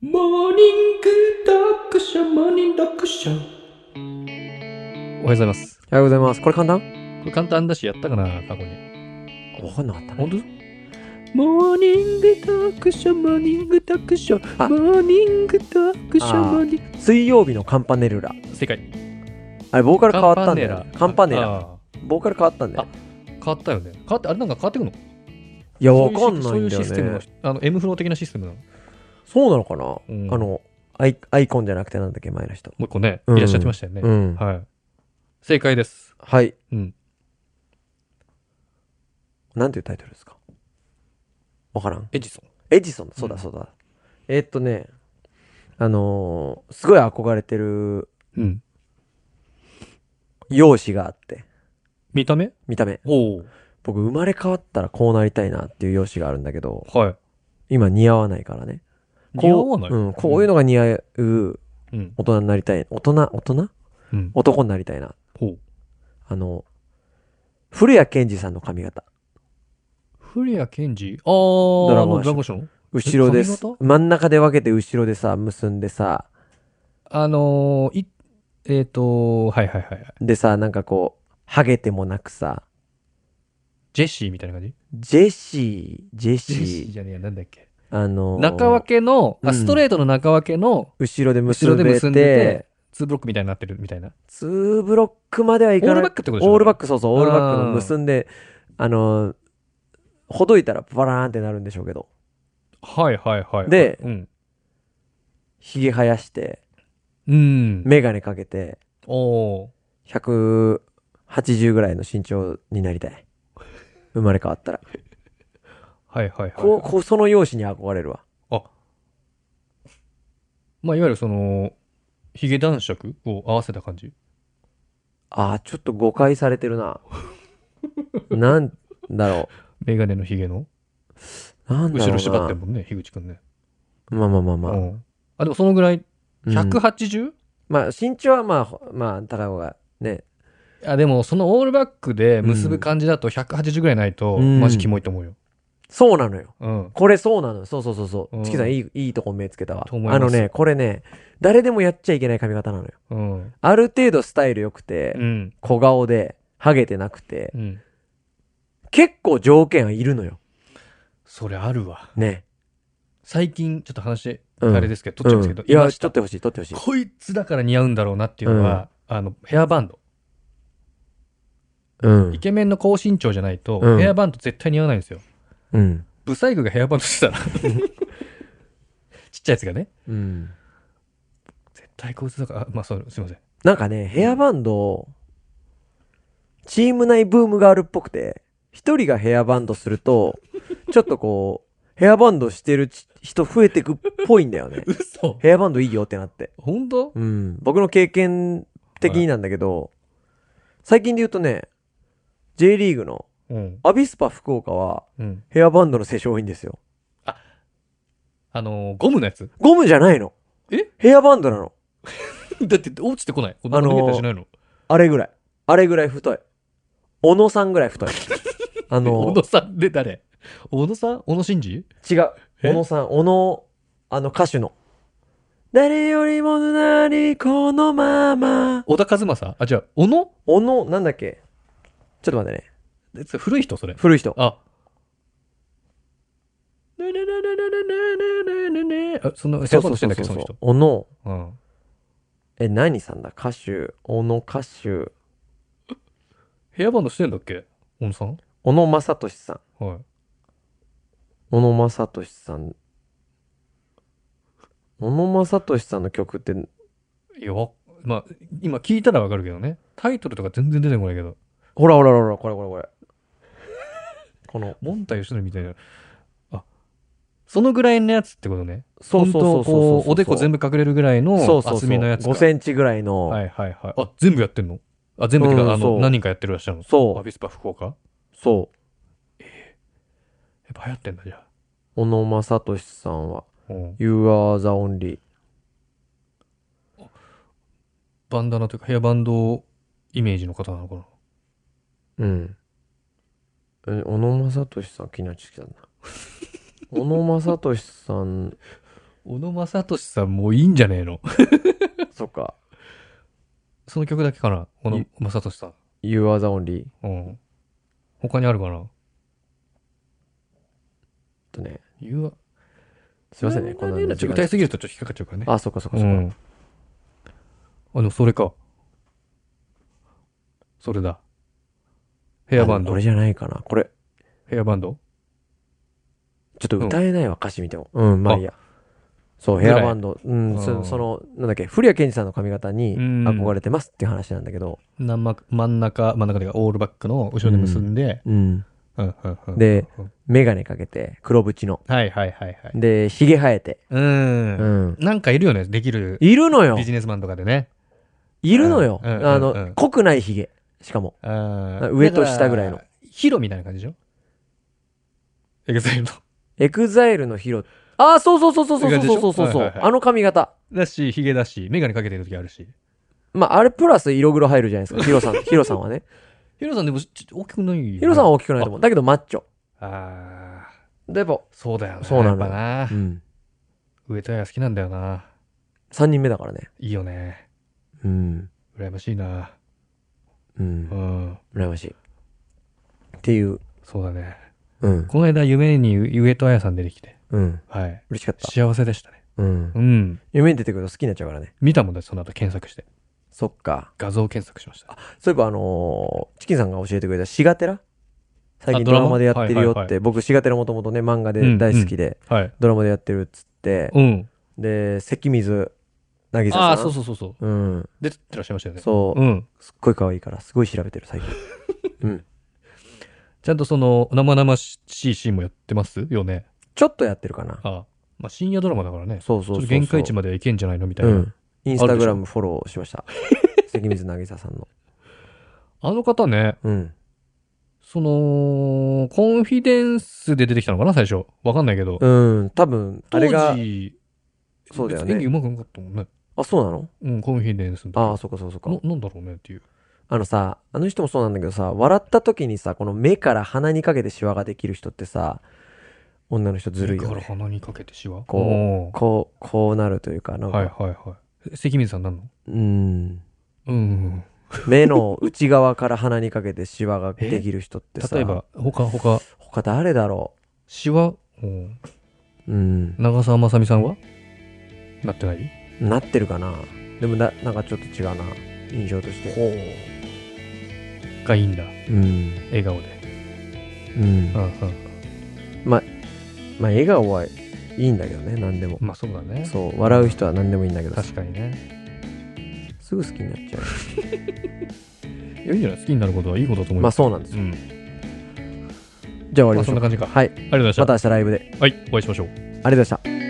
モーニング読書、モーニング読書。おはようございます。おはようございます。これ簡単これ簡単だし、やったかな、過去に。わかんなかったね。本当モーニング読書、モーニング読書。モあーニング読書、あーモーニング。水曜日のカンパネルラ。正解。あれ、ボーカル変わったんだネよラね。カンパネラ。あボーカル変わったんだよね。ー変わったよね。変わって、あれなんか変わってくのいや、わかんないんだそういうシステムよのね。、あの、M フロー的なシステムなの。もそうなのかなうんあの、アイアイコンじゃなくてなんだっけ、前の人。う一個ね、うんいらっしゃってましたよね。うんはい。正解です。はい。うん。なんていうタイトルですかわからん。エジソエジソンだ。そううだ、んそうだ。えーっとね、あのー、すごい憧れてるン。うん。容姿があって、見た目見た目。お僕、生まれ変わったらこうなりたいなっていう容姿があるんだけど、お。はい。今似合わないからね。こう似合わない。うん、こういうのが似合ううん。大人になりたい。大人、大人うん。男になりたいな。ほう。あの、古谷健二さんの髪型。古谷健二あー、ドラあゴのンアッシュドラゴンション後ろでえす髪。型真ん中で分けて後ろでさ、結んでさ、あのー、い、えっ、ー、と、はいはいはいはい。でさ、なんかこう、ハゲてもなくさ、ジェシーみたいな感じジェシー、ジェシジー、ェシーじゃねえや、なんだっけ。あのー中分けの、うあ、んストレートの中分けの後ろで結後ろんでで結んでてて、、ツーブロックみたいになってるみたいな。ツーブロックまではいオかーなルいバッ。クってことでしょオールバック。ク、そうそう、オールバックあのー結んで、あのー、ほどいたらバラーンってなるんでしょうけど、はいはいはい。でうん。ひげ生やして、うん。メガネかけて、おー180ぐらいの身長になりたい。生まれ変わったら。はいはいはい。こう、こう、その容姿に憧れるわ。まあ、いわゆるその、ヒゲ男爵を合わせた感じ。ああ、ちょっと誤解されてるな。 なんだろメガネのヒゲの。う。なんだ後ろうろ縛ってなる。もんね、樋口くんね。まあまあまあまうあ。ん。あ、でもそのぐらい、うん 180? まあ、身長はまあほ、まあ、高い方がね。あ、でもそのオールバックで結ぶ感じだと180ぐらいないと、うんマジキモいと思うよ。そうなのよ。うん。これそうなのよ。そうそうそうそうう。んチキさん、いい、いいとこ目つけたわ。と思いますあのね、これね、誰でもやっちゃいけない髪型なのよ。うん。ある程度スタイル良くてう、ん。小顔で、ハゲてなくてう、ん。結構条件はいるのよ。それあるわ。ね。最近、ちょっと話、うんあれですけど、撮っちゃうんですけど、うんいや、ました撮ってほしい、撮ってほしい。こいつだから似合うんだろうなっていうのは、あの、ヘアバンド。うイん。ケメンの高身長じゃないと、うんヘアバンド絶対似合わないんですよ。うん。ブサイクがヘアバンドしてたら。ちっちゃいやつがね。うん。絶対こいつだから、あまあそう、すいません。。なんかね、ヘアバンド、チーム内ブームがあるっぽくて、一人がヘアバンドすると、ちょっとこう、 ヘアバンドしてるち人増えてくっぽいんだよね嘘ヘアバンドいいよってなって。本当うん。僕の経験的になんだけど、最近で言うとね、J リーグのうん。アビスパ福岡はうん。ヘアバンドの施粧多いんですよ。あのーゴムのやつゴムじゃないの。えヘアバンドなの。だって落ちてこない。あのあのー逃げたりしないの。あれぐらい。あれぐらい太い。小野さんぐら い太い。あ小の、野さんで誰小野さん小野真二違う。え小野さん、小野、あの歌手の。誰よりもなにこのまま。小田和正あ、違う。小野小野、なんだっけちょっと待ってね。えそれ古い人それ。古い人。あ。ねねねねねねねねねあ、そんな、ヘアバンドしてんだっけ、その人。小野、うん。え、何さんだ歌手、小野歌手、ヘアバンドしてんだっけ小野さん小野正俊さん。はい。小野正俊さん。小野正俊さんの曲って、いや、わまあ、今聞いたらわかるけどね。タイトルとか全然出てこないけど。ほらほらほらほら、これこれこ れ。この、モンタヨシノリみたいな。あ、そのぐらいのやつってことね。そうそうそうそうそ本当うこうおでこ全部部隠れるぐらいそうのそう厚そうみのやつか。 5センチぐらいの、はいはいはい。あ、全部やってんのあ、全部っていううんか、あその、う何人かやってるらっしゃるのそアうビスパ福岡やっそうぱ流行ってんだ、じゃ小野正俊さんはあ。うん。 You are the only バンダナというか、ヘアバンドイメージの方なのかな。うん え小野正俊さん気になっちゃったな小野正俊さん小野正俊さんもういいんじゃねえのそっか。その曲だけかな小野い正俊さん。 You are the only. うん。他にあるかなとね。言うわ。すいませんね、こんなのちょっと歌いすぎるとちょっと引っかかっちゃうからね。あ、そっかそっかうそっか。ん。あの、それか。それだ。ヘアバンあドこれ。じゃないかな。これ、ヘアバンドちょっと歌えないわ、歌詞見ても。うん、まあいいや。そう、ヘアバンド。うん、うそんその、なんだっけ、古谷健二さんの髪型にうん憧れてますっていう話なんだけど。真ん中、真ん中、真ん中でオールバックの後ろで結んで、うん。うんうんうんでうんメガネかけて、黒縁の。はいはいはいはい。で、髭生えて。う。うんん。なんかいるよね、できるいるのよビジネスマンとかでね。いるのよ、うんうんあうんの、濃くない髭。しかも。あー上と下ぐらいの。だかヒロみたいな感じでしょエグザイルの。エグザイルのヒロ。ああ、そうそうそうそうそうそうそうそうそう、いい感じでしょはいはいはいあの髪型。だし、ヒゲだし、メガネかけてる時あるし。まあ、あれプラス色黒入るじゃな いですか。ヒロさん、ヒロさんはね。ヒロさんでもちょ大きくないよねヒロさんは大きくないと思う。だけどマッチョ。ああ、で、やっぱ、そうだよね。そうなのやっぱなう。ん。上戸彩好きなんだよな。 3人目だからね。いいよね。うん。羨ましいな。う。うんん。羨ましい。っていう。そうだね。うん。この間夢に上戸彩さん出てきて。うん。はい。嬉しかった。幸せでしたね。うん。うん。夢に出てくると好きになっちゃうからね。見たもんだよその後検索して。そっか。画像検索しました。そういえば、あのーチキンさんが教えてくれたシガテラ最近あドドララママでやってるよって、はいはいは僕シガテラもともとね、漫画で大好きで、はい。ドラマでやってるっつって、うん。で、関水なぎささん。ああ、そうそうそうそう。うん。出てらっしゃいましたよね。そう、うん。すっごい可愛いから、すごい調べてる、最近。うん。ちゃんとその、生々しいシーンもやってますよね。ちょっとやってるかな。ああ。まあ、深夜ドラマだからね。そうそうそうちょそう。っと限界値まではいけんじゃないのみたいうな。ん。インスタグラムフォローし ました。関水なぎささんの。あの方ね、うん。その、コンフィデンスで出てきたのかな、最初。わかんないけど。うん、多分、あ当れが、時、そうだよ別に演技ね。うまくなかったもんね。あ、そうなのうん、コンフィデンスの時ああ、そうかそうかそうか。ななんだろうねっていう。あのさ、あの人もそうなんだけどさ、笑った時にさ、この目から鼻にかけてシワができる人ってさ、女の人ずるい目よからね。鼻にかけてしわ。こうおーこう、こうなるというか、なんか、はいはいはい。え関水さんなんのうん。うん。目の内側から鼻にかけてシワができる人ってさ、例えば、他、他、他誰だろしわ、うんううん。長澤まさみさんはなってないなってるかなでもな、なんかちょっと違うな。印象として。ほう。がいいんだ。うん。笑顔で。うんう。んうん。まあ、笑顔はいいんだけどね、何でも。まあそうだね。そう、笑う人は何でもいいんだけど、確かにね。すぐ好きになっちゃいやいいんじゃない好きになることはいいことだと思う。いまあ、ます。そうなんですうよ。ん。じゃあ終わまりあましそんょうな。感じか。あはい。りがとうございままた明日ライブで。した。はい、お会いしましょう。ありがとうございました。